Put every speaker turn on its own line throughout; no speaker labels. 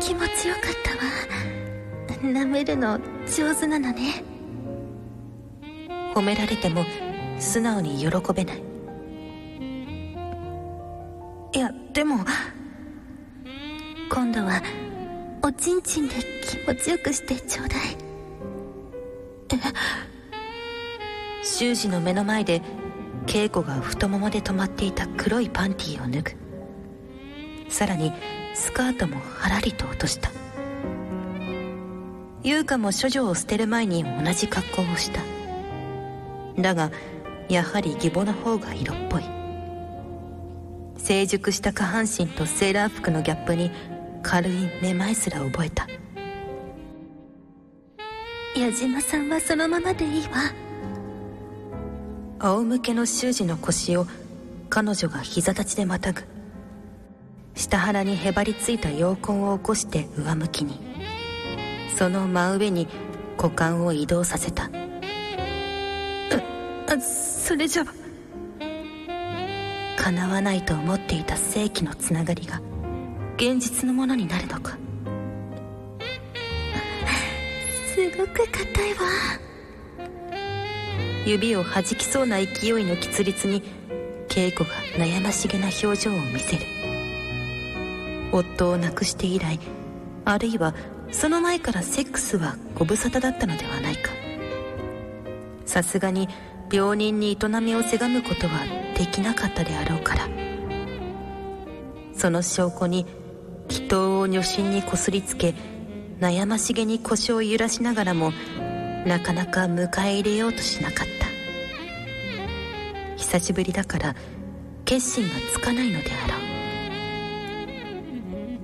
気持ちよかったわ舐めるの上手なのね
褒められても素直に喜べないいやでも
今度はおちんちんで気持ちよくしてちょうだい
修二の目の前で恵子が太ももで止まっていた黒いパンティーを脱ぐさらにスカートもはらりと落とした優香も処女を捨てる前に同じ格好をしただがやはり義母の方が色っぽい成熟した下半身とセーラー服のギャップに軽いめまいすら覚えた
矢島さんはそのままでいいわ
仰向けの修二の腰を彼女が膝立ちでまたぐ下腹にへばりついた陽根を起こして上向きにその真上に股間を移動させた
あそれじゃ
叶わないと思っていた正規のつながりが現実のものになるのか
すごく硬いわ
指を弾きそうな勢いの喫立に恵子が悩ましげな表情を見せる夫を亡くして以来あるいはその前からセックスはご無沙汰だったのではないかさすがに病人に営みをせがむことはできなかったであろうからその証拠に祈祷を女心にこすりつけ悩ましげに腰を揺らしながらもなかなか迎え入れようとしなかった久しぶりだから決心がつかないのであろ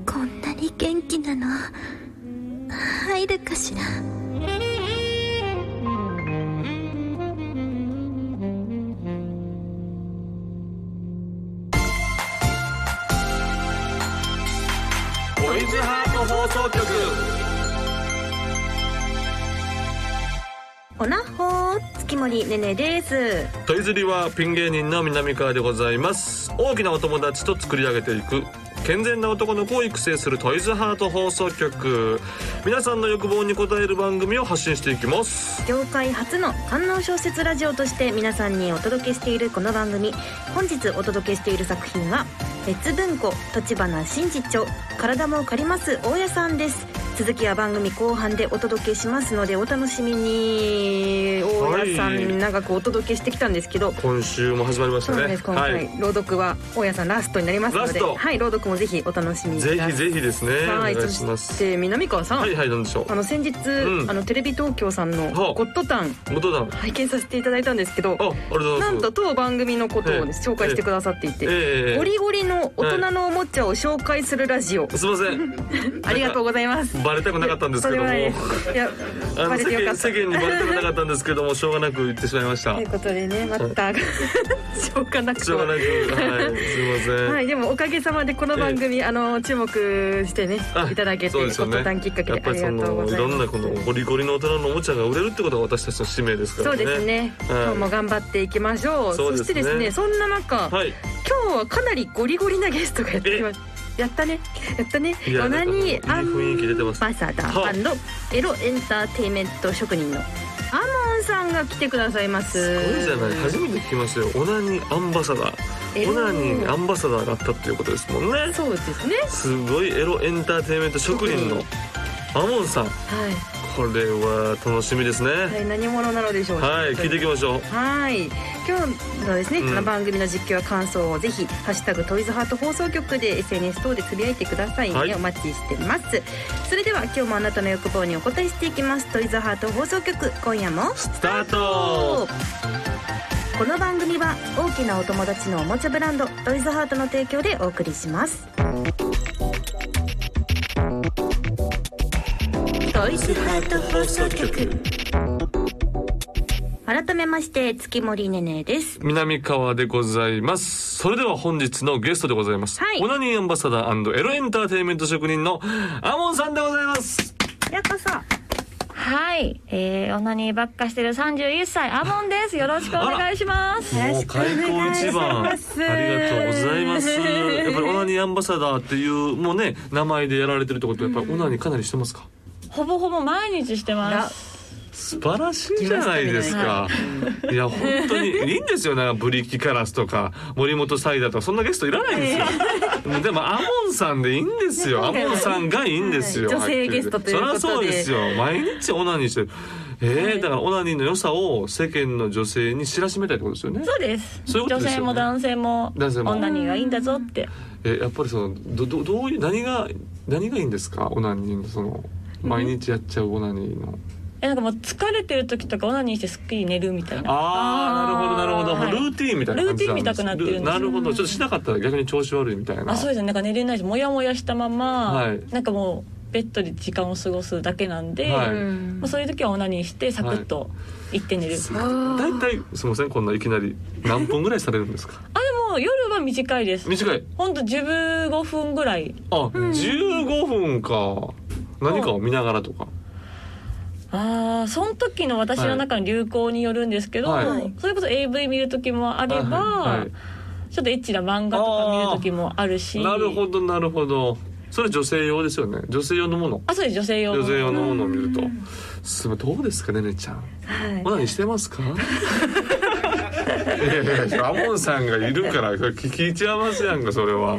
うこんなに元気なの入るかしら
トイズハート放送局
ほなほー月森ねねです
トイズリはピン芸人の南川でございます大きなお友達と作り上げていく健全な男の子を育成するトイズハート放送局皆さんの欲望に応える番組を発信していきます
業界初の観音小説ラジオとして皆さんにお届けしているこの番組本日お届けしている作品は「別文庫立花真実著体も借ります大家さん」です続きは番組後半でお届けしますのでお楽しみに大家さ
は
ん、
い
長くお届けしてきたんですけど
今週も始まりまし
そ
た
うなん
ね
です今回、
はい
朗読は大家さんラストになりますの
ラス
で
ト
はい朗読もぜひお楽しみくだ
ぜ
さい
ひぜひですねお
は
願
い
いしま
そし
す
て南川さん、
はいはいなんでしょ
あの先日、
うん
あのテレビ東京さんの
はあ
「ゴッドタン
う元旦」
拝見させていただいたんですけど
あありがとうござ
ないん
ます
と当番組のことをね、
ええ
紹介してくださっていて、
え
ゴリゴリの大人のおもちゃを紹介するラジオ、
えすいません
ありがとうございます
バレたくなかったんです
そ
け
れ
ども
はねいや
あの
バレ
世
てよか
間
った
世間にバレたくなかったんですけどもしょうがなく言ってしまいました
ということでねまたしょうがなく
しょうがなくはいすいません、
はい、でもおかげさまでこの番組、あの注目してね
あ
いただけて、
そう
ゴ
ですよね
ッドタンきっかけ
やっ
で
ぱ
あ
り
り
そ
がと
の
うご
い
ざい
ろん
ま
な
す
このゴリゴリの大人のおもちゃが売れるってことが私たちの使命ですか
そ
ら
う
ね
ですね、
はい
今日も頑張っていきましょう
そ
そう
です
し
ね
てですねそんな中、
はい
今日はかなりゴリゴリなゲストがやってきましたやったねやったね
いや
オナニー
な
ア
んかもういい雰囲気出て
ン
ます
バサダ
は
ーエロエンターテインメント職人のアモンさんが来てくださいます
すごいじゃない初めて聞きましたよオナニーアンバサダ
エ
ー
ロ
オナニーアンバサダーがあったっていうことですもんね
そうですね
すごいエロエンターテインメント職人のアモンさん
は
これは楽しみですね
い、はい、何者なのでしょう
はい聞いていきましょう
はい今日のですね、
うん
この番組の実況や感想をぜひ「ハッシュタグトイズハート放送局」で SNS 等でつぶやいてくださいね、
はい
お待ちしてますそれでは今日もあなたの欲望にお答えしていきますトイズハート放送局今夜も
スタート
この番組は大きなお友達のおもちゃブランドトイズハートの提供でお送りしますトイズハート放送局改めまして月森ねねです
南川でございます。それでは本日のゲストでございます。
はい
オナニーアンバサダーエロエンターテインメント職人のアモンさんでございます。
やっぱさ
はい、えー、オナニーばっかしてる31歳アモンですよろしくお願いします
もう開口一番ありがとうございますやっぱりオナニーアンバサダーっていうもうね名前でやられてるってことはやっぱりオナニーかなりしてますか
ほぼほぼ毎日してます
素晴らしいじゃないですか。いや本当にいいんですよなブリキカラスとか森本サイダーとかそんなゲストいらないんですよ。でもアモンさんでいいんですよ。アモンさんがいいんですよ。
はい女性ゲストということで
そりゃそうですよ。毎日オナニーしてる。えー、だからオナニーの良さを世間の女性に知らしめたいってことですよね。
そうです
そういうことで
女
すよね
性も男性も
男性も
オナニーがいいんだぞって
えーやっぱりそのどどどういう何が何がいいんですかオナニーのその毎日やっちゃうオナニーの。
えなんかもう疲れてる時とかオナニーしてすっきり寝るみたいな
ああなるほどなるほど、
はい
もうルーティンみたいな感じ
ルーティンみたくなってるんです
なるほどちょっとしなかったら逆に調子悪いみたいな
あそうですねなんか寝れないしモヤモヤしたまま、
はい
なんかもうベッドで時間を過ごすだけなんで、
はい
まあ、そういう時はオナニーしてサクッと行って寝る、あ
大体すみませんこんないきなり何分ぐらいされるんですか
でも夜は 短いです
短い
ほんと15分ぐらい
あ、15分か何かを見ながらとか
ああその時の私の中の流行によるんですけど、
はい
はい
それこそ AV 見る時もあれば、
はいはい
ちょっとエッチな漫画とか見る時もあるし
なるほどなるほどそれは女性用ですよね女性用のもの
あそうです女性用
女性用のものを見るとすごいどうですかねねちゃん
はい
オナニーしてますかいやいやいやアモンさんがいるからそれ聞きちゃいますやんかそれは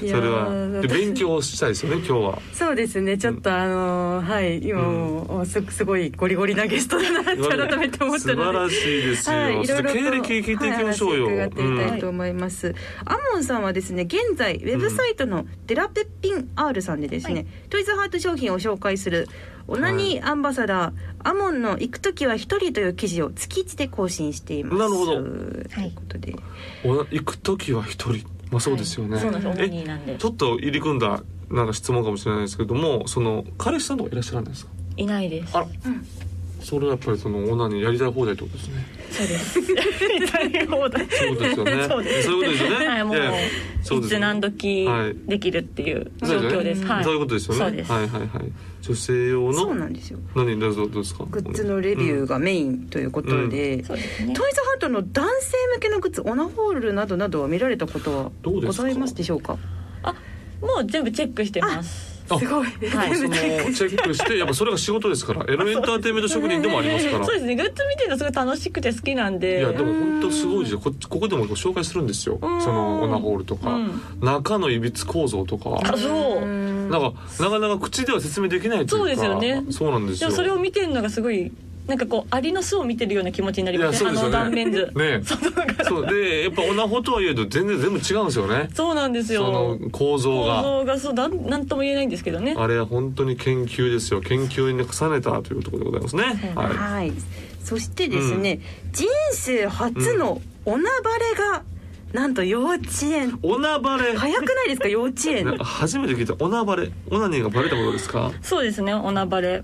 そ
い
れ
やー
はで
私
勉強したいですよね今日は
そうですねちょっとあのーはい今もうすすごいゴリゴリなゲストだなって改めて思った
素
の
晴
で
らしいですよ、
はい、いろいろと
経歴聞いていきましょうよ、
はい、話伺っていきたい
うん
と思います、アモンさんはですね現在ウェブサイトのデラペッピン R さんでですね、トイズハート商品を紹介するオナニーアンバサダー、アモンの行く時は一人という記事を月一で更新しています
なるほど
ということで、
おな行く時は一人まあそうですよね、
そうなんですオナ
え
ニーなんで
ちょっと入り組んだなんか質問かもしれないですけどもその彼氏さんとかいらっしゃらないですか
いないです
あらそれはやっぱりそのオナニーやりたい放題ってことですね
そうです いない方だ
そういうことですよ ね
そうです
そういうことですよね
はいもう
いやいやそう
い
です
つ
よね
何時
はい
できるっていう
そ
状
うですよね
況です、はい
そういうことですよね
そうです
はいはいはい女性用
そ
の
うなんですよ
何どうぞどうですか
グッズのレビューがメインということで、
そうですね
トイズハートの男性向けのグッズオナホールなどなどは見られたことは
どうで
ご
すか
ざいますでしょうか
もう全部チェックしてます
あ
すごい、
はい
そのチェックしてやっぱそれが仕事ですからエロエンターテインメント職人でもありますから
そうですねグッズ見てるのすごい楽しくて好きなんで
いやでも本当すごいですよこここでも紹介するんですよそのオナホールとか、
うん
中のいびつ構造とか
あ そう
なんかなかなか口では説明できないというか
そうですよね
そうなんです
で
よ
もそれを見てるのがすごいなんかこうアリの巣を見てるような気持ちになります
い
ね
や
あ
そう
の
ですよね
断面図
ね
そうだから
そうでやっぱオナホとはいえど全然全部違うんですよね
そうなんですよ
その構造
構
が
造がそうなんなんとも言えないんですけどね
あれは本当に研究ですよ研究に重ねたというところでございますねは
はいそしてですね、人生初のオナバレがなんと幼稚園
いオナバレ
早くないですか幼稚
なん
園
か初めて聞いたオナバレオナニーがバレたことですか
そうですねオナバレ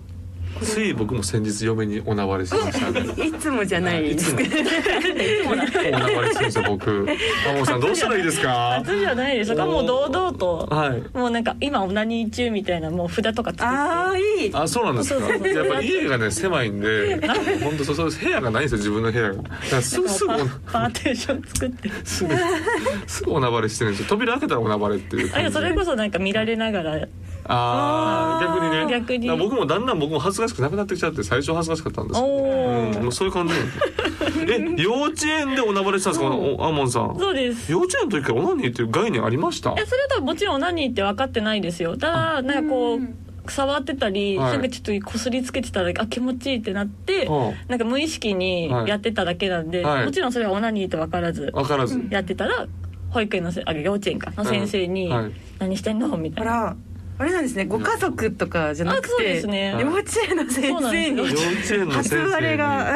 つい僕も先日嫁にオナバレしましたね
いつもじゃない
いつも。いつもお腹にするんですよ、僕。タモさん、どうしたらいいですか。
初じゃないですかもう堂々と
はい。
もうなんか今オナニー中みたいなもう札とかつけて
ああいい
あ、そうなんですか。
そうそうそう
やっぱ家がね、狭いんで、本当、そう、そう、部屋がないんですよ、自分の部屋が。だからすぐ、すぐ
パ、パーテーション作って
すぐ、すぐおなばれしてるんですよ。扉開けたらおなばれっていう感じで。
あいやそれこそなんか見られながら
ああ、逆にね。
逆に
だから僕もだんだん、僕も恥ずかしくなくなってきちゃって、最初恥ずかしかったんですけど。
お
うん
ー
もうそういう感じなん です。え、幼稚園でおなばれしたんですか、おアーモンさん。
そうです
幼稚園の時からオナニーっていう概念ありました
いやそれとはもちろん何って分かってないですよただなんかこう触ってたり、
はい
なんかちょっとこすりつけてたらあ気持ちいいってなって、
うん
なんか無意識にやってただけなんで、
はい
もちろんそれはオナニーと分からず
わからず。
やってたら保育園のせあ幼稚園かの先生に
はい
「何してんの?」みた
あ
いな。
らあれなんですねご家族とかじゃなくて
あそうですね
幼稚園の先
そうなん
生
で
に
す
幼稚園の先
初
生に
バレが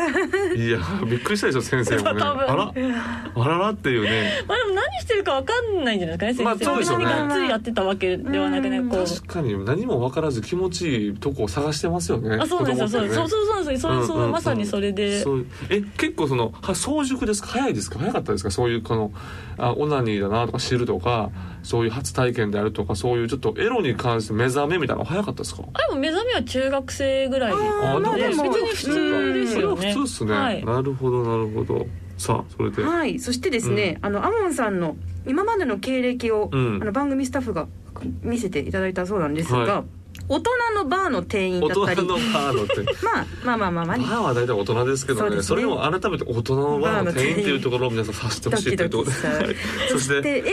いやびっくりしたでしょ先生もね
多
あ
分
らあららっていうね
まあでも何してるか分かんないんじゃないですかね先
まあ
生
そうでしょうね
何がっつりやってたわけではなくねこう
確かに何も分からず気持ちいいとこを探してますよね
あそうなんですよ、そう
う
そうそうそうそうそう、まさにそれで
そうえ結構そのは早熟ですか早いですか早かったですかそういうこのあオナニーだなとか知るとかそういう初体験であるとかそういうちょっとエロに関して目覚めみたいなの早かったですか
あでも目覚めは中学生ぐらい
あ
ね
で
別
も
に普通ですよね
それは普通っすね、
はい
なるほどなるほどさあそれで、
はい、そしてですね、あのアモンさんの今までの経歴を、
うん
あの番組スタッフが見せていただいたそうなんですが、
はい
大人のバーの店員だ
大
った
人
り、
の
ま
バーのって
あまあまあまあま
バ
あ、
ーは大体大人ですけど
そ
ね
う
そ
ですね
れを改めて大人のバーの店員っていうところを皆さんさせてほしいというところで
ドキドキ
はいそして
で AV メ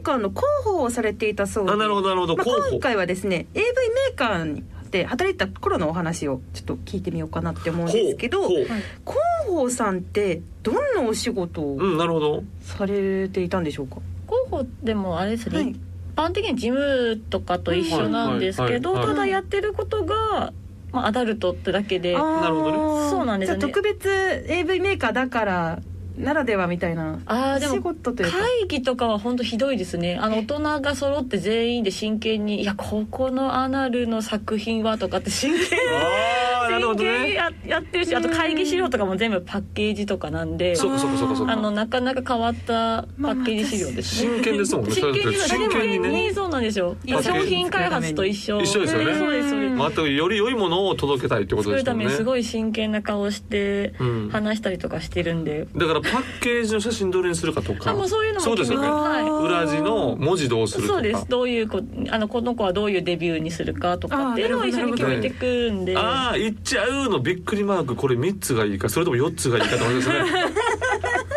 ーカーの広報をされていたそうで
あなるほどなるほど
まあ、
候補
今回はですね AV メーカーで働いてた頃のお話をちょっと聞いてみようかなって思うんですけど
ほうほ
広
う
報さんってどんなお仕事
う
を
んなるほど
されていたんでしょうか、
候補でもあれですね、
はい
一般的に事務とかと一緒なんですけど
はいはいはいはい
ただやってることが、まあ、アダルトってだけであ
ー
なるほ
ねそうなんですよね
じゃあ特別 AV メーカーだからならではみたいな
あーで
仕
も
事というか
会議とかは本当ひどいですねあの大人が揃って全員で真剣に「いやここのアナルの作品は」とかって真剣に
ああなるほ ど
真剣に
ね
ややってるしあと会議資料とかも全部パッケージとかなんで
そうかそうかそうかそう
あ
か
のなかなか変わったパッケージ資料ですね
真剣ですもんね
真剣に
それだって真剣にね
そうなんですよ
パッケージ
商品開発と一緒
一緒ですよね
そうですそうです、
またより良いものを届けたいってこと
作
で
る
すよ
ため
ね
にすごい真剣な顔して
うん
話したりとかしてるんで、
だからパッケージの写真どれにするかとか
あもうそういうのも
そうですよね
は
裏地の文字どうす
い
るとか
そうですどういうこあのこの子はどういうデビューにするかとかっていうのを一緒に決めてくんで
ああいっちゃうのびっくりマークこれ3つがいいかそれとも4つがいいかってことです ね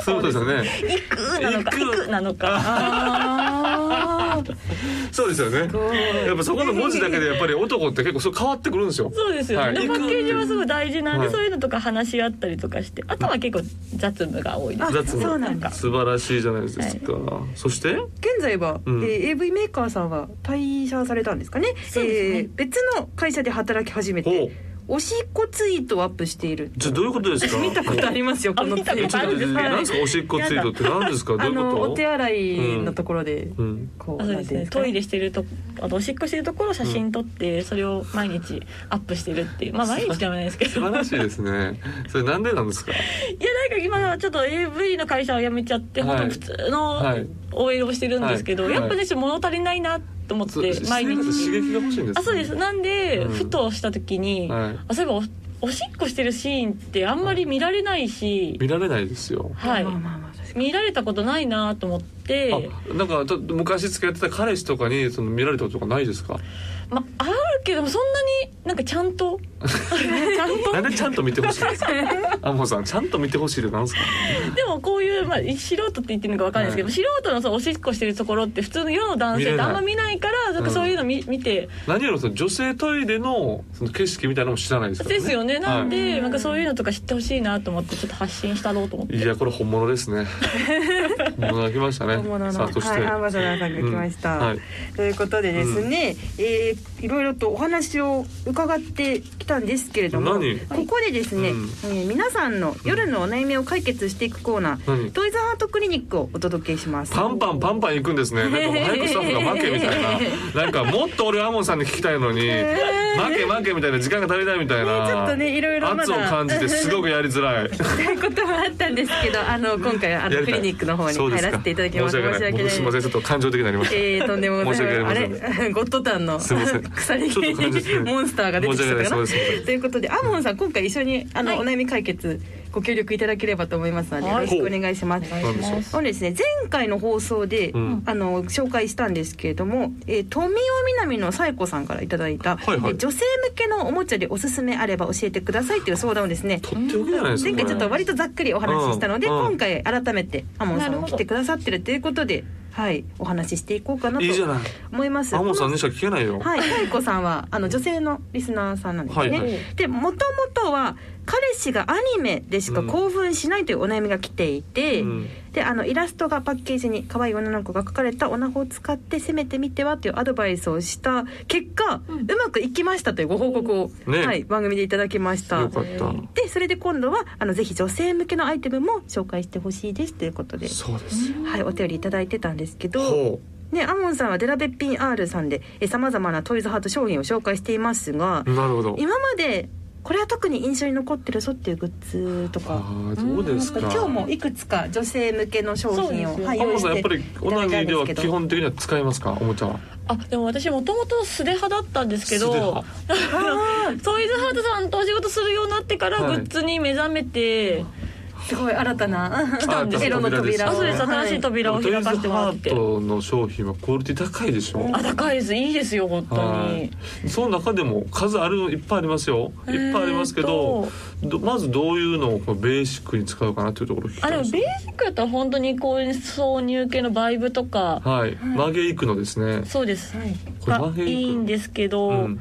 そういうことですよね
行くなのか
行
行
く
くなのか
そうですよねやっぱそこの文字だけでやっぱり男って結構そう変わってくるんですよ
そうですよ
はい
ね、で
行
パ
く
ッケージはすごい大事なん
は
で、
い
そういうのとか話し合ったりとかしてあとは結構雑務が多いです
雑務
そうなんだ
素晴らしいじゃないですか、そして
現在は、
うん
えー AV メーカーさんは退社されたんですかね
そうですね
えー別の会社で働き始め
ほう
ておしっこツイートをアップして いる
じゃあどういうことですか
見たことありますよこのツイ
あ見
ート
たことあるんですか
何ですかおしっこツイートって何ですかどう
あ
いう
のお
こと
手洗いのところで、
うん、
こ
あ
う
そう
な
で
ん
す
ていうん
ね
ですか
トイ
ね
レしてるとあとおしっこしてるところを写真撮って、それを毎日アップしてるっていうまあ毎日ではないですけ
素
どいや
晴らしいですねそれなんでなんですか
なんか今はちょっと AV の会社を辞めちゃって、
はい
本当普通
は
の
い
OL をしてるんですけど、
はい
やっぱねちょっと物足りないなと思っ
そう
て毎
刺激
日
が欲しいんですね
あそうですなんで、
うん
ふとした時に、
はい
あそういえばおおしっこしてるシーンってあんまり見られないし、
見られないですよ
はい
まあまあまあ確か
見られたことないなと思って
あなんかちょっと昔付き合ってた彼氏とかにその見られたこととかないですか
まああるけどそんなになんかちゃ んとちゃんと
なんでちゃんと見てほしいんですかアモンさんちゃんと見てほしいでなんですか
でもこういう、まあ、素人って言ってるのか分かんないですけど、
はい
素人のそうおしっこしてるところって普通の世の男性ってあんま見ないからなんかそういうの見,、見て
何よりその女性トイレのその景色みたいなのも知らないですから、ね、
ですよねなんで、
はい
なんかそういうのとか知ってほしいなと思ってちょっと発信したろうと思って
いやこれ本物ですね本物が来ましたね
に本物の、
さあそして、
はい、アンバサダーさんが来ました、
うんはい
ということでですね、えーいろいろとお話を伺ってきたんですけれども
何
ここでですね、
うん
えー皆さんの夜のお悩みを解決していくコーナー、
何
トイズハートクリニックをお届けします
パンパンパンパン行くんです ね。なんかもう早くスタッフが負けみたいな。なんかもっと俺アモンさんに聞きたいの に、負け負けみたいな時間が足りないみたいな。
ねちょっとねいろいろまだ
圧を感じてすごくやりづらい。
ということもあったんですけど あの今回は
や
あの
り
ク
たい
リニックの方に
そうで
入
す
ら
か
せていただきます
申し訳ない。僕すみません。ちょっと感情的になりました。
えー、とんでもございません
申し訳あ
あれ ゴッドタンの
すいません
鎖
ちょっと感じですね
モンスターが出てきたかな
申し訳ないそうです
ということでアモンさん今回一緒にあの、お悩み解決ご協力いただければと思いますのでよ
は
ろ
い
しくお願いします。
お
な
願
ん
い
で
し
しょう
ま
あ
す
のですね、前回の放送で、
うん
あの紹介したんですけれども、えー、富尾みなみのさえこさんからいただいた、
はいはい
えー女性向けのおもちゃでおすすめあれば教えてくださいという相談をですね
とっておきじゃないですか。
前回ちょっと割とざっくりお話ししたので、
うんうん
今回改めてアモンさ
なる
ん
ほ
が
ど
来てくださってるということで、はい、お話ししていこうかなと
いいじゃない。
思います。
アモンさんにしか聞けないよ。
はい、妙子さんはあの女性のリスナーさんなんですね。
はいはい
で、もともとは彼氏がアニメでしか興奮しないというお悩みが来ていて、
うん
で、あのイラストがパッケージに可愛い女の子が描かれたオナホを使って攻めてみてはというアドバイスをした結果、うまくいきましたというご報告を、
ね
はい、番組でいただきました。
よかった。
でそれで今度はあのぜひ女性向けのアイテムも紹介してほしいですということで、
そうですよ。
はい、お便りいただいてたんですけど、
ほ
ね、アモンさんはデラベッピン R さんでさまざまなトイズハート商品を紹介していますが
う。なるほど。
今までこれは特に印象に残ってるぞっていうグッズと
あ
か
あそうですか
今日もいくつか女性向けの商
そうで
品
す
を、
よ
はい、
安
用意
間
し
さんや
て
っぱりオナニーでは基本的には使いますかおもちゃは
あでも私もともと素手派だったんですけ
素手
ど
派
あ
トイズハートさんとお仕事するようになってから
はい
グッズに目覚めて、
ーすごい新 たな
たんです
エロの扉
あ
を
そうです
はい
新しい扉を
トイズ
開
ハ
かせてもらっ
ー
て、
トの商品はクオリティ高いでしょ
あ高いですいいですよ本当に、
はい、その中でも数あるいっぱいありますよいっぱいありますけどどまずどういうのをこうベーシックに使うかなというところを聞き
あ
た
で
い
も
です
ベーシックだと本当にこういう挿入系のバイブとか、
はい、曲げいくのですね
そうです、はい
これ
が
曲げ
い
いく
いんですけど、
うん、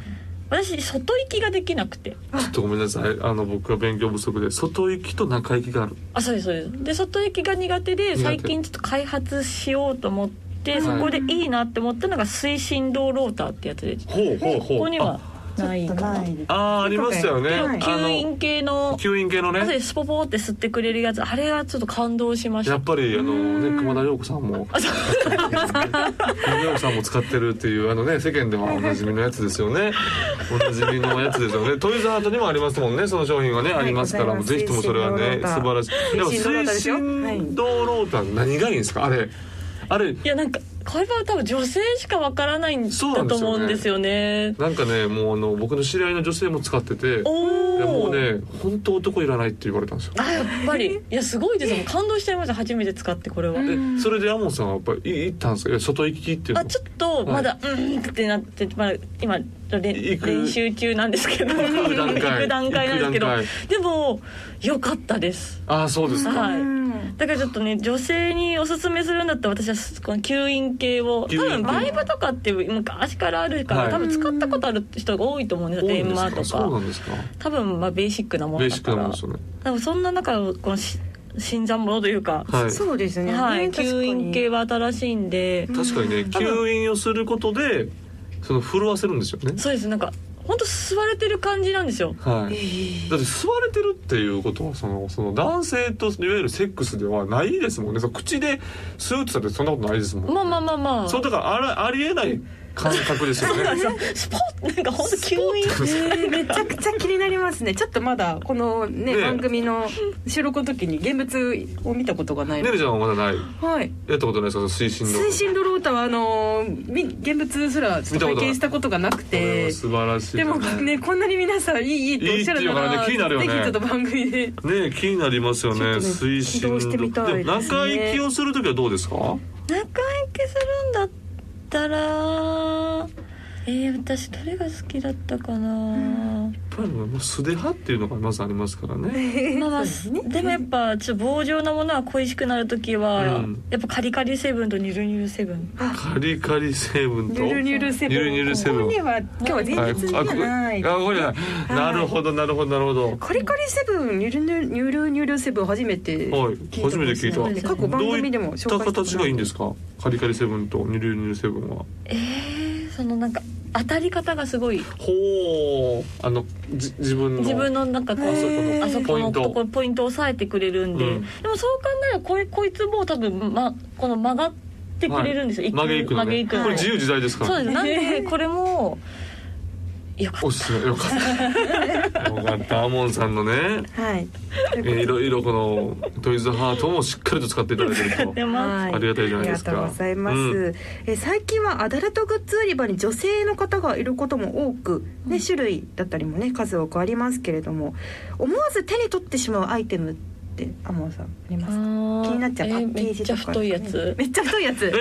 私外行きができなくて
ちょっとごめんなさいあの僕が勉強不足で外行きと中行きがある
あそうですそうですで外行きが苦手で
苦手
最近ちょっと開発しようと思って、
い
そこでいいなって思ったのが推進動ローターってやつで
ほうほうほう
ここにはない
ちょ
か
っと
な
前に
ああーありましたよね、
はい
あ
吸
の
引系の
吸引系の
あと
ね
でスポポーって吸ってくれるやつあれがちょっと感動しま し
や
た
っぱりあのね熊田陽子さんも熊田陽子さんも使ってるっていうあのね世間ではおなじみのやつですよねおなじみのやつですよねトイズハートにもありますもんねその商品はね、ありますから
ございます
ぜひともそれはね
推進
素
動
晴
ロ
らしいでも
推進動ローター
推進道ロ
ですよ
ーター何がいいんですかあれあれ
いやなんかこれは多分女性しかわからないん
そうな
だ
んで
と
すよね
思うんですよね
なんかねもうあの僕の知り合いの女性も使ってて
お
いやも
お、
うね本当男いらないって言われたんですよ
あやっぱりいやすごいですもん感動しちゃいました初めて使ってこれは、
でそれでアモンさんはやっぱりい行ったんですかいや外行きっていうの
あちょっとまだ、うんってなって、まあ、今れ
行く
練習中なんですけど
行く段階
行く段階なんですけど
行く段
でも良かったです
ああそうですか、
はい
うん
だからちょっとね女性におすすめするんだったら私はすこの吸引系を
吸
多
引系
分バイブとかって昔からあるから、
はい
多分使ったことある人が多いと思うんですよ
多い
電
んです
話
か
と
そうな
か
んですか
多分まあベーシックなも
ベー
のだ
シック
か
なも
ら
のですよね
多分そんな中をこのし新参者というか、
はい
そうですね、
はい、
ね確か
吸
に
引系は新しいんで、
確かにね吸引をすることでその震わせるんですよね
そうですなんか本当吸われてる感じなんですよ
はい、だって吸われてるっていうことはそのその男性といわゆるセックスではないですもんねその口で吸うって言ったってそんなことないですもん、
まあまあまあまあ
そうだからあらありえない感覚ですよね
スポーツなんか本当吸引
えーめちゃくちゃ気になりますねちょっとまだこのね
ね
番組の収録の時に現物を見たことがない
ね
の
るちゃんはまだない
はい
やったことないですかその推進の
推進ドロータはあのーみ現物すらちょっと拝見したことがな
こ
く
れは
て
素晴らしい
でもねこんなに皆さんいいいいっておっしゃ
いっていう
るないら
からね気になるよね
ぜひちょっと番組で
ね気になりますよね
ちょっとね
推進
移動してみたいですね
も中行きをするときはどうですか
中行きするんだったらえー、私どれが好きだったかな、
やっぱりもう素手派っていうのがまずありますからね
まあまあでもやっぱちょっと棒状なものは恋しくなる時は、
うん
やっぱカリカリセブンとニュルニュルセブン
カリカリ成分
ニ
と
ュルニュルセブン
ニュルニュルセブン
ここには今日は前日じゃない
あこあこれだなるほどなるほどなるほど
カリカリセブンニュルニュルニュルニュルセブン初めて
はい
聞いたかもしれない
初めて聞いた
過去番
どう
組
い
でも
った
紹介した
形がいいんですすかカリカリセブンとニュルニュルセブンは
えー、そのなんか当たり方がすごい
ほうあのじ自分の
自分のなんかこう
あそこの
あそこ
ポイ
の
ン
とこ
ト
ポイントを抑えてくれるんで、
うん
でもそう考えればこいこいつも多分、ま、この曲がってくれるんですよ、
曲げいくの
曲げ
ね
い
こ
くの
れ自由自在ですか
そう
ら
ですなんでこれもよか
お
っ
すすめよかったよかったアモンさんのね
はい
えーいろいろこのトイズハートもしっかりと使っていただいてると
たでま
は
ありがたいじゃないですか
ありがとうございます。
う
え最近はアダルトグッズ売り場に女性の方がいることも多く、ね種類だったりもね数多くありますけれども、思わず手に取ってしまうアイテムってアモンさんありますか？気になっちゃうパッケージとか、
めっちゃ太いやつ
めっちゃ太いやつ。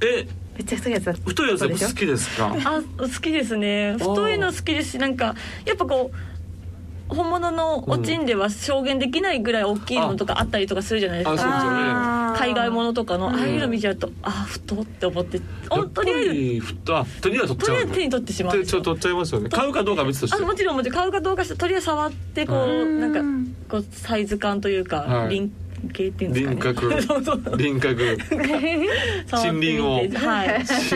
ええ
めっちゃ太いやつだ。
太いやつやっぱ好きですか
あ好きですね
ー
太いの好きですしなんかやっぱこう本物のおちんでは証言できないぐらい大きいのとかあったりとかするじゃないです
あそうですよ
か
ね
あー
海外ものとかの
ん
ああいうの見ちゃうとああ太って思っておとりあえず
えずあとりあえず取っち
と
ゃ
り
う
あえず
の
手に取ってしまうん
で
です
ちょ
よ
っと取っちゃいますよね買うかどうかは別として
あもちろんもちろん買うかどうかしてとりあえず触ってこう、
うん
なん かこうサイズ感というか、
はい
輪形っていうんですかね
輪郭
そうそう
輪郭
触ってみて
森林
は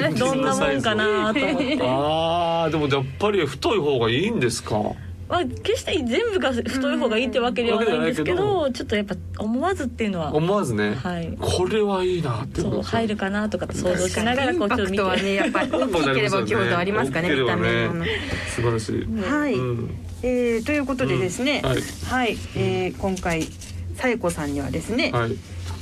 いどんなもんかなと思って
あーでもやっぱり太い方がいいんですか
まあ、決して全部が太い方がいいってわけではないんですけ
うんわ
どちょっとやっぱ思わずっていうのは
思わずね、
はい
これはいいなって
そ
こと
う
ですよ
入るかなとか想像しながら
イン
こうち
パ
ょっと
ク
見
トは
て
ねやっぱり大きければ大きいほどありますかね
大きけれ
見
ば
た
ね
目の。
素晴らしい、
はい、
うん
えーということでですね、
うんはい
はい、えー今回さえこさんにはですね、
はい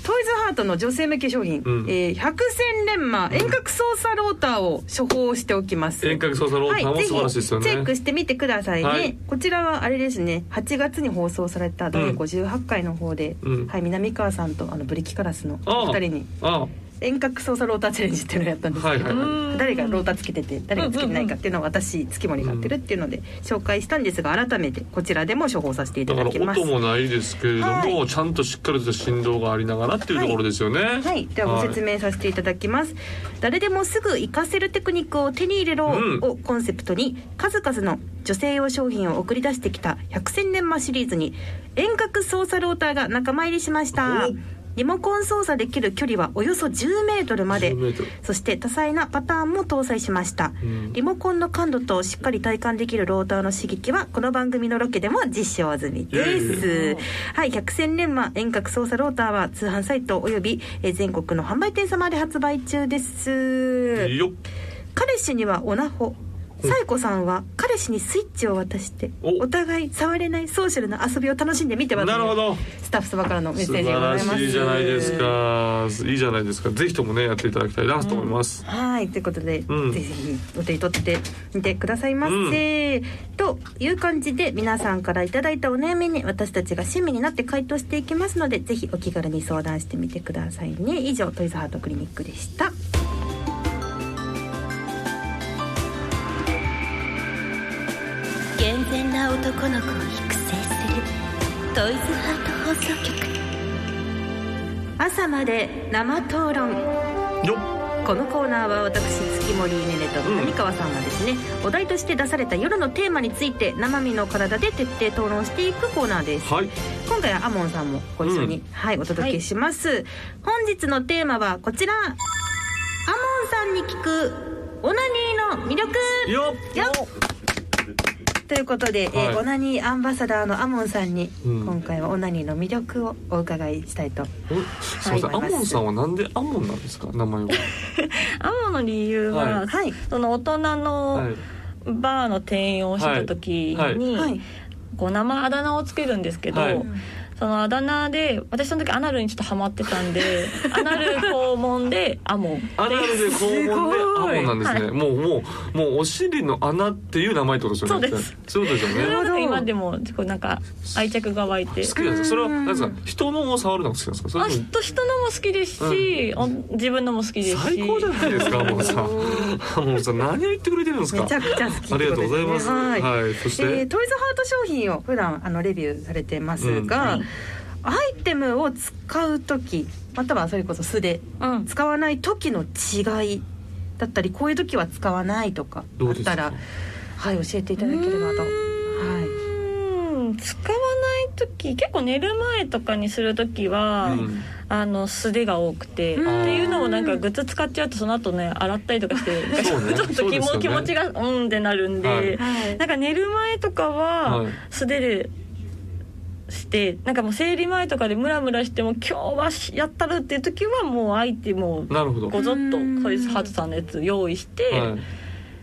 トイズハートの女性向け商品、
うん
えー百戦錬磨遠隔操作ローターを処方しておきます。
遠隔操作ローターも素晴らしいですよね、
チェックしてみてくださいね、
はい
こちらはあれですね8月に放送された第
うん
58回の方で、
うん
はい、南川さんとあのブリキカラスの
ああ
お二人に
あ
遠隔操作ローターチャレンジっていうのをやったんですけど、
はいはいは
誰がローターつけてて誰がつけてないかっていうのを私月森がやってるっていうので紹介したんですが改めてこちらでも処方させていた
だか
だ
ら
きます
音。もないですけれども、
は
ちゃんとしっかりと振動がありながらっていうところですよね
はい、ではご説
はい
明させていただきます、誰でもすぐ活かせるテクニックを手に入れろ
うん
をコンセプトに、数々の女性用商品を送り出してきた百戦錬磨シリーズに遠隔操作ローターが仲間入りしました
お
リモコン操作できる距離はおよそ10メートルまで
10メートル
そして多彩なパターンも搭載しました、
うん
リモコンの感度としっかり体感できるローターの刺激はこの番組のロケでも実証済みですはい百戦錬磨遠隔操作ローターは通販サイトおよびえー全国の販売店様で発売中です
よっ
彼氏にはオナホ
うん
サイコさんは彼氏にスイッチを渡して
お
お互い触れないソーシャルな遊びを楽しんでみては
なるほど
スタッフ様からのメッ
素
セージ
晴
でござい
ら
ます
しいじゃないですかいいじゃないですかぜひともねやっていただきたいなと思います、
はいということで、
うん
ぜひお手に取ってみてくださいませ、という感じで皆さんからいただいたお悩みに私たちが親身になって回答していきますのでぜひお気軽に相談してみてくださいね以上トイズハートクリニックでした
健全な男の子を育成するトイズハート放送局
朝まで生討論
よっ
このコーナーは私月森ねねと南川さんがですね、お題として出された夜のテーマについて生身の体で徹底討論していくコーナーです
はい
今回はアモンさんもご一緒に、
うん
はいお届けします、本日のテーマはこちらアモンさんに聞くオナニーの魅力
よっ
よっということで、え
はい
ーオナニーアンバサダーのアモンさんに、
うん
今回はオナニーの魅力をお伺いしたいと
おすいません、
は
ア
い
モンさんはなんでアモンなんですか名前は
アモの理由は、
はい
はい
その大人
は
の
い
バーの店員をしてた時に、
はい
はい
こう名前あだ名をつけるんですけど、
はい
そのあだ名で私その時アナルにちょっとハマってたんで アナル肛門でアモン
アナルで肛門でアモンなんですねもうもうもうお尻の穴っていう名前ってことですよね
そうです
そういうことです
そ
よね
れはなんか今でもこうなんか愛着が湧いて
好きなんですかそれはなんですか人のを触るのが好きなんですかそれ
あ
とも
人人のも好きですし、お自分のも好きですし
最高じゃないですかアモンさんアモンさん何を言ってくれてるんです
め
か
ちゃくちゃ好きってこですね
ありがとうございます
はい
はいそし
えー
て
トイズハート商品を普段あのレビューされてますが、
うん
アイテムを使う時またはそれこそ素で
うん
使わない時の違いだったりこういう時は使わないとか
ど
あ
う
っ
です
た
から
はい教えていただければと。は
うん使わない時結構寝る前とかにする時は、
うん
あの素手が多くてって
うん
いうのもなんかグッズ使っちゃうとその後ね洗ったりとかして、
そうね
ちょっ
そう
と
で
気,、
すよね
気持ちがうんってなるんで、
はい
はい
なんか寝る前とかは
はい
素手でして、なんかもう生理前とかでムラムラしても今日はしやったるっていう時はもう相手も
なるほど
ごぞっと
うん、
トイズハートさんのやつ用意して、
はい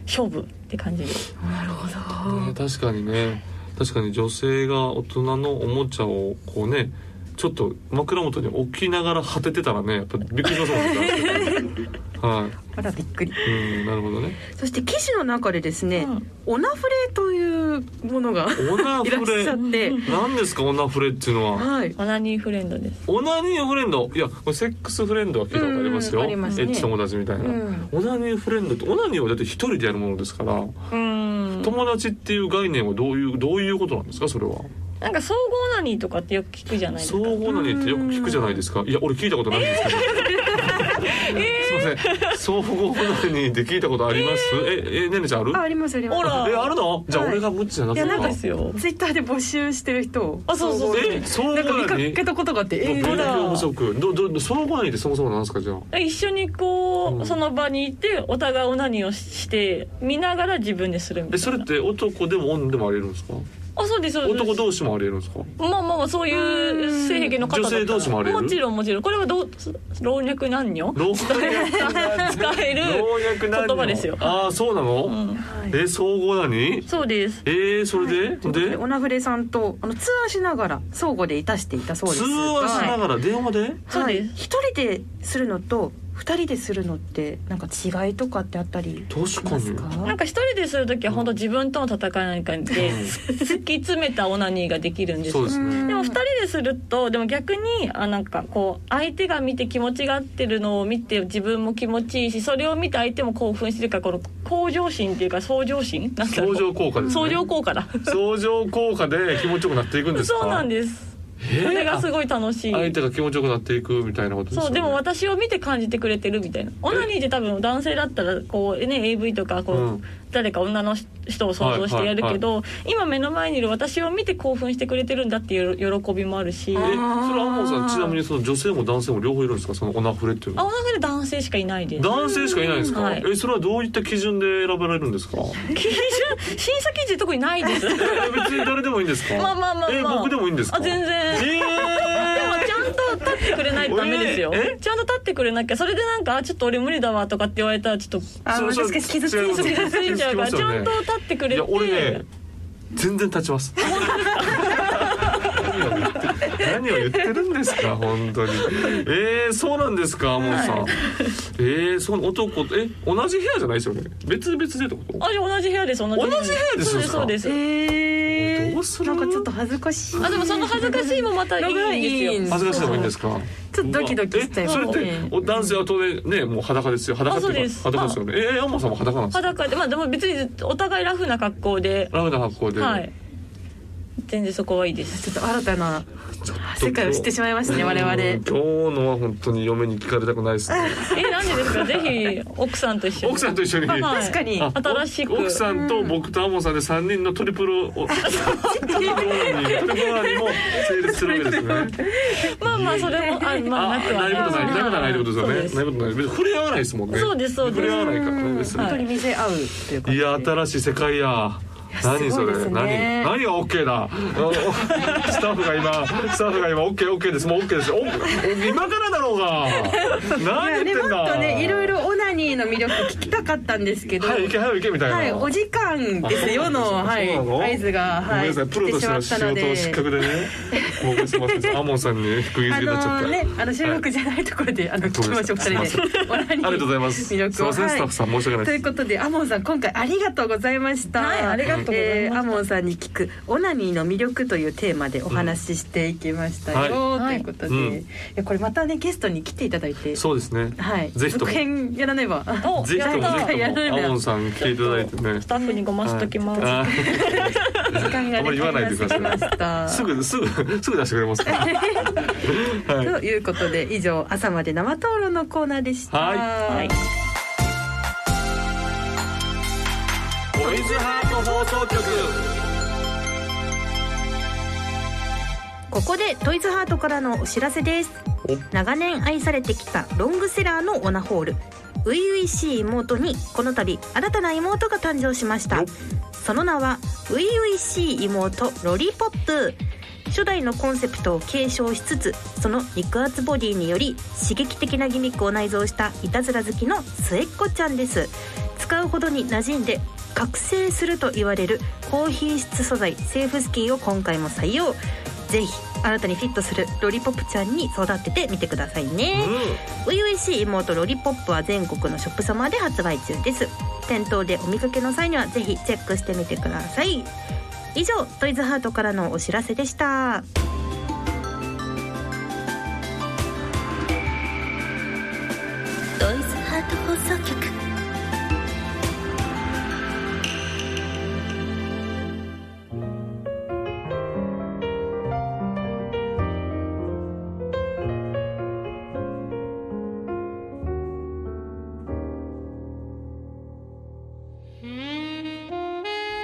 勝負って感じです。
ね確かにね確かに女性が大人のおもちゃをこうねちょっと枕元に置きながら果ててたらねやっぱびっくりしますもんねはい
あらびっくり
いうんなるほどね
そして記事の中でですね、
うん
オナフレというものが
オナ
いら
フ
っし
レ
ゃって、
何ですかオナフレっていうのは
はい、
オナニーフレンドです。
オナニーフレンドいやこれセックスフレンドは聞いたことありますよ、
うんありますね
エッチ友達みたいな、
うん
オナニーフレンドってオナニーはだって一人でやるものですから、
うん。
友達っていう概念はどういうどういうことなんですかそれは
なんか総合オナニーとかってよく聞くじゃないです
総
か。
合なにってよく聞くじゃないですか。いや、俺聞いたことないんですけど。すみません。総合なにって聞いたことあります。え、え、ねねちゃんある。
あありますあります
ほら
え、あるの。じゃあ、
はい
俺が無知じゃなく
い
て
やな
そ
ん
う
か
ですよ。
ツイッターで募集してる人を
あそうそ
総
う
合
え、総合
なんか見
な
か
に。
けたことがあってえ
勉
ー
強不足。ど、ど、総合なにってそもそもなんですか、じゃあ。
一緒にこう、
うん
その場にいてお互いオナニーをして見ながら自分でするみたいな
え、それって男でも女でもあり得るんですか。
あそうですそうです
男同士もありえるんですか
まあまあまあそういう性癖の方だったら
女性同士もありえる
もちろんもちろんこれはどう老若男女
老若男女
使える
老若男女
言葉ですよ
ああそうなの、
うん
え総合何
そうです
えー、それで、で
オナフレさんとあの通話しながら相互でいたしていたそうです
通
が
話しながら電話で、
そう
はい
です
一人でするのと二人でするのってなんか違いとかってあったりし
確か
ます
に
か
なんか一人でする時は本当自分との戦いなんかで突き詰めたオナニーができるんです
そう
よ
ですね
でも2人でするとでも逆にあなんかこう相手が見て気持ちが合ってるのを見て自分も気持ちいいしそれを見て相手も興奮してるからこの向上心っていうか相乗心なんだろ
相
う
乗効果です、ね、
相乗効果だ
相乗効果で気持ちよくなっていくんですか
そうなんです
えー
それがすごい楽しい
あ相手が気持ちよくなっていくみたいなことですよね
そうでも私を見て感じてくれてるみたいなオナニーで多分男性だったらこうね AV とかこう、
うん
誰か女の人を想像してやるけど、今目の前にいる私を見て興奮してくれてるんだっていう喜びもあるし
えそれ
あ
はアンモンさんちなみにその女性も男性も両方いるんですかそのオナフレっていうの
女
は
性で男性しかいないです
男性しかいないんですか、
うんはい
えそれはどういった基準で選ばれるんです かえ
基準審査基準特にないです
別に誰でもいいんですか
まあまあまあまあ
え僕でもいいんですか
あ全然
え
でもちゃんと立ってくれないとダメですよ、
えーえ
ちゃんと立ってくれなきゃそれでなんかあちょっと俺無理だわとかって言われたらちょっと
あ
そうそう
確かに傷つき
違
そ
傷
う
ついちゃうから
傷つきます
ち
よね
ゃんと立ってく
ー、
れ
い
て
や俺ね全然立ち ます何を言って何を言ってるんですか本当にえー、そうなんですかアモンさん、えー、その男とえ同じ部屋じゃないですよね別々でってこと
あじゃあ同じ部屋です同じ
同じ部屋です
そ
よ
うですそうです
え
どうする
なんかちょっと恥ずかしい
あでもその恥ずかしいもまたいいんですよ
恥ずかしいでもいいんですか。
ちょっとドキドキしちゃいます
うわえそれってお男性は当然ねもう裸ですよ。裸ってい
あそう
う
で
か
す
裸ですよね。えー、ヤンマさんも裸なんですか。
裸でまあでも別にお互いラフな格好で
ラフな格好で。
はい全然そこはいいです
ちょっと新たな世界を知ってしまいましたね我
うん
々
今日のは本当に嫁に聞かれたくないですね。
えなんでですかぜひ奥さんと一緒に
奥さんと一緒に。
はいはい
確かに
あ
新しく
奥さんと僕とアモンさんで三人のトリプルおトリプルオーナニートリプルオーナニーも成立するわけですね。
まあまあそれもあまあなくは
ないことない。なくはないってことですよね。ないことない。別に触れ合わないですもんね。
そうですそうです
触れ合わないからね別に
は
本当に見せ合うというか
いや新しい世界や。何そ
すごい
れ、
ですね
何何が OK だあ のスタッフが今スタッフが今 OKOK、OK ですもう OK ですお今からだろうが何
ね
言って
も
ん
っ
だ
とねいろいろオナニーの魅力聞きたかったんですけど
はい行け早く行けみたいな、
はい、お時間ですよの、
あ
はい、
そうなの
合図が、
ごめん
はい、
なさいプロと
来て
して
しま
の
った
仕
の
事を失
で。
格でねもうすいませんアモンさんに福井
あ
付けになっちゃっ
の
た、
ね、あの収録じゃないところで、あの、聞きましょう、二人で。あり
ありがとうございますすい
魅
ませ
力を。
んスタッフさん申し訳ない
とい
です
うことで、アモンさん、今回ありがとうございました。
はいありがとうございました
えーアモンさんに聞く、オナニーの魅力というテーマでお話ししていきましたよ、
うん
と
はいいう
ことで、
うん
いや、これまたね、ゲストに来ていただいて。
そうですね
はい、
ぜひとも
続編やらね ば。
お
ぜひとも
やった
ぜひ
やらな
と
いの
も
よ
アモンさん来ていただいてね
スタッフにごましときます、
はいあ
時間
あ
が
んまり
ね、
言わないでください
足りました
ーすぐすぐすぐ出してくれますからはい
ということで以上朝まで生討論のコーナーでした。
はい
はい
ボイズハート放送局
ここでトイズハートからのお知らせです
お
長年愛されてきたロングセラーのオナホール初々しい妹にこの度新たな妹が誕生しました
よっ
その名は初々しい妹ロリポップ初代のコンセプトを継承しつつその肉厚ボディにより刺激的なギミックを内蔵したいたずら好きの末っ子ちゃんです使うほどに馴染んで覚醒すると言われる高品質素材セーフスキンを今回も採用ぜひあなたにフィットするロリポップちゃんに育ててみてくださいね初々しい妹ロリポップは全国のショップ様で発売中です店頭でお見かけの際にはぜひチェックしてみてください以上トイズハートからのお知らせでした
ドイツハート放送局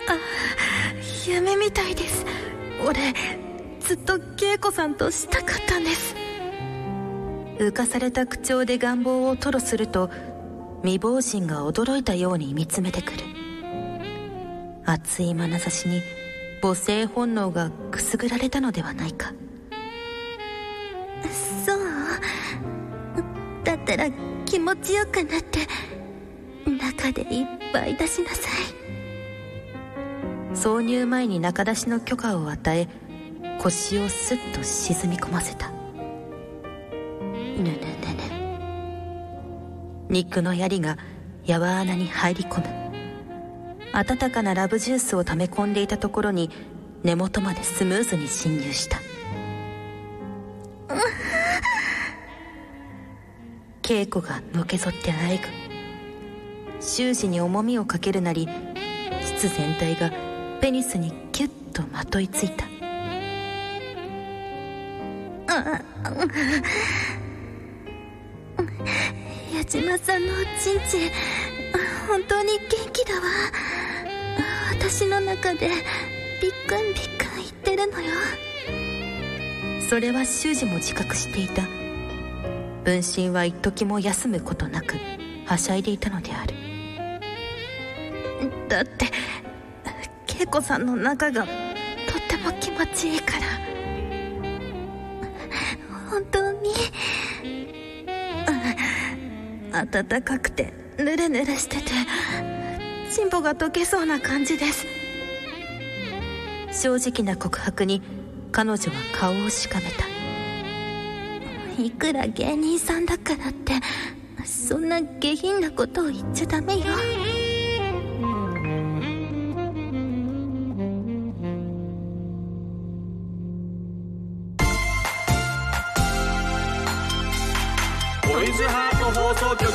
あ夢みたいです俺ずっと恵子さんとしたかったんです
浮かされた口調で願望を吐露すると未亡人が驚いたように見つめてくる熱い眼差しに母性本能がくすぐられたのではないか
そうだったら気持ちよくなって中でいっぱい出しなさ
挿入前に中出しの許可を与え腰をスッと沈み込ませたぬぬぬぬ肉の槍がやわ穴に入り込む温かなラブジュースを溜め込んでいたところに根元までスムーズに侵入した稽古がのけぞってあえぐ習字に重みをかけるなり膣全体がペニスにキュッとまといついた
い矢島さんのおちんちん本当に元気だわ私の中でビックンビックン言ってるのよ
それは修二も自覚していた分身は一時も休むことなくはしゃいでいたのである
だって恵子さんの中がとっても気持ちいいから本当にあ暖かくてぬるぬるしててチンポが溶けそうな感じです
正直な告白に彼女は顔をしかめた
いくら芸人さんだからってそんな下品なことを言っちゃダメよ
トイズハート放送局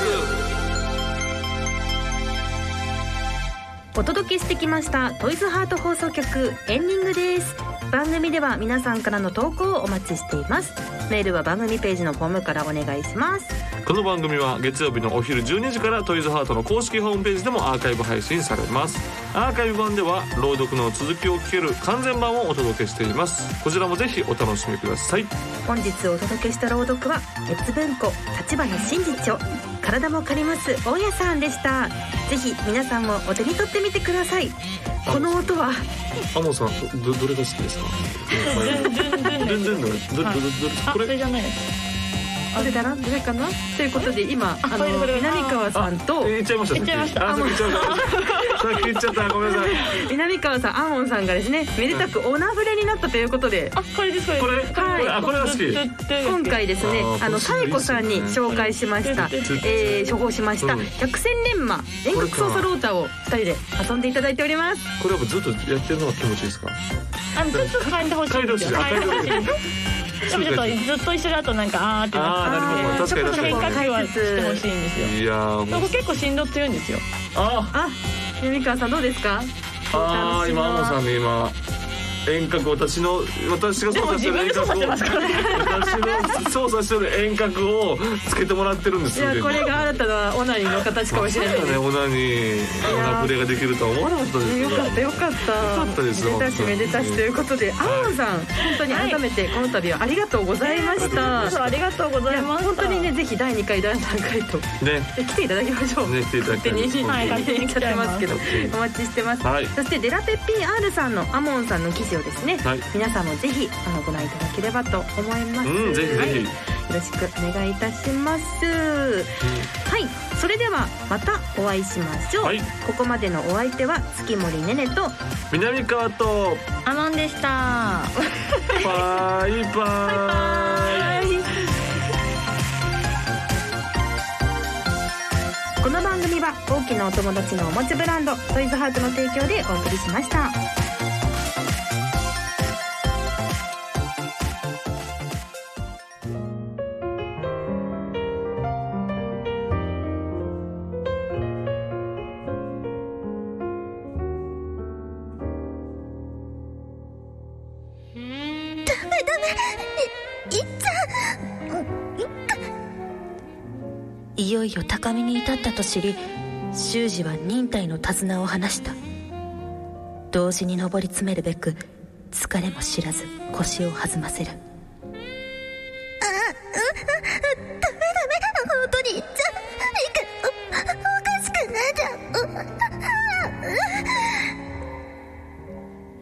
お届けしてきましたトイズハート放送局エンディングです番組では皆さんからの投稿をお待ちしていますメールは番組ページのフォームからお願いします
この番組は月曜日のお昼12時からトイズハートの公式ホームページでもアーカイブ配信されますアーカイブ版では朗読の続きを聞ける完全版をお届けしていますこちらもぜひお楽しみください
本日お届けした朗読は別文庫立花真実著体も借ります大家さんでしたぜひ皆さんもお手に取ってみてくださいこの音は
アモさんどどれが好きですか全然どれどどど
あ
こ
こ
れ
れじゃない
これだなどれかなということで今あ
こ
の
れこれ
南川さんと
言っちゃいました
言っちゃいました
あ先言っちゃった先言っちゃったごめんなさい
南川さんアーモンさんがですねめでたくオナブレになったということで
あこれですこれ
これはいあこれが好き
今回ですね
あー
あの
これ
妙子さんに紹介しました
これ
えー処方しました
うん
百戦錬磨遠隔操作ローターを2人で遊んでいただいております
これやっぱずっとやってるのが気持ちいいですか
あのちょっと変えてほしいんですよ
変えてほしい
変えてほしいでもちょっとずっと一緒だとなんかあーってなっ
あーなるほど
ち
確
ゃ
か
う
に確かに
変化球はしてほしいんですよ
いやー
そ
もう
こ結構振動強いんですよ
あ
あ南川さんどうですか
あー今アモさんね今遠隔私の私が
で
操
も
作してる
自分
遠
で操
隔を
作してますからね
私の操作してる遠隔をつけてもらってるんです
い
よ
やこれが新たなオナニーの形かもしれない
そうだねオナにオナプレができるとは思わなかったです
よ
よ
かったよかった
かったです
めでたし
本当
め
に
でたしということで、アモンさん本当に改めてこの度はありがとうございました、
はい
そうありがとうご
い
ざい
や
ます
本当にねぜひ第2回第3回と
ね
え来ていただきましょう、
ね来ていただきた
勝
い
手に
はい
勝手に来ちゃってますけど
勝手に
お待ちしてます、
はい
そしてデラペッピン R さんのアモンさんの記事をですね、
はい
皆さんもぜひあのご覧いただければと思います、
うんぜひぜ
はい
ひ
よろしくお願いいたします、はいそれではまたお会いしましょう、
はい
ここまでのお相手は月森ねねと
南川と
アマンでした
バイバイ
この番組は大きなお友達のおもちゃブランドトイズハートの提供でお送りしました
いよいよ高みに至ったと知り修二は忍耐の手綱を離した同時に上り詰めるべく疲れも知らず腰を弾ませる
ダメダメ本当に言っちゃいけおおかしくないじゃん
天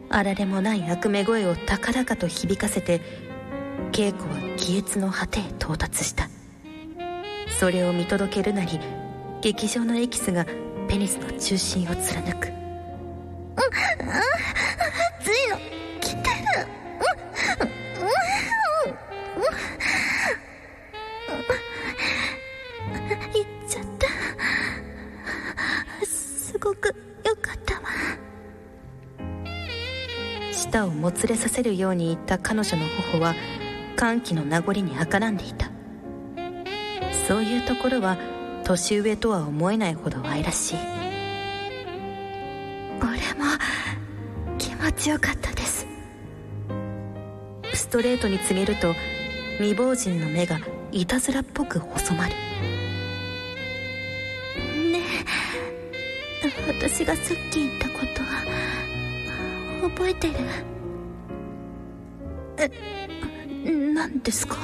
あられもない悪目声を高々と響かせて稽古は亀裂の果てへ到達したそれを見届けるなり劇場のエキスがペニスの中心を貫く
暑いの来てるうんうんうんうん行っちゃったすごく良かったわ
舌をもつれさせるように言った彼女の頬は歓喜の名残に計らんでいたそういうところは年上とは思えないほど愛らしい
俺も気持ちよかったです
ストレートに告げると未亡人の目がいたずらっぽく細まる
ねえ私がさっき言ったことは覚えてるえ何ですか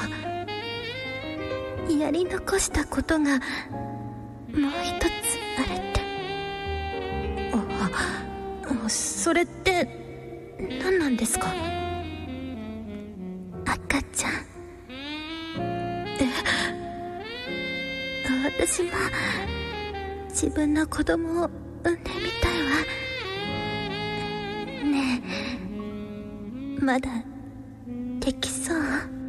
やり残したことがもう一つあるってあそれって何なんですか赤ちゃんえ私も自分の子供を産んでみたいわねえまだできそう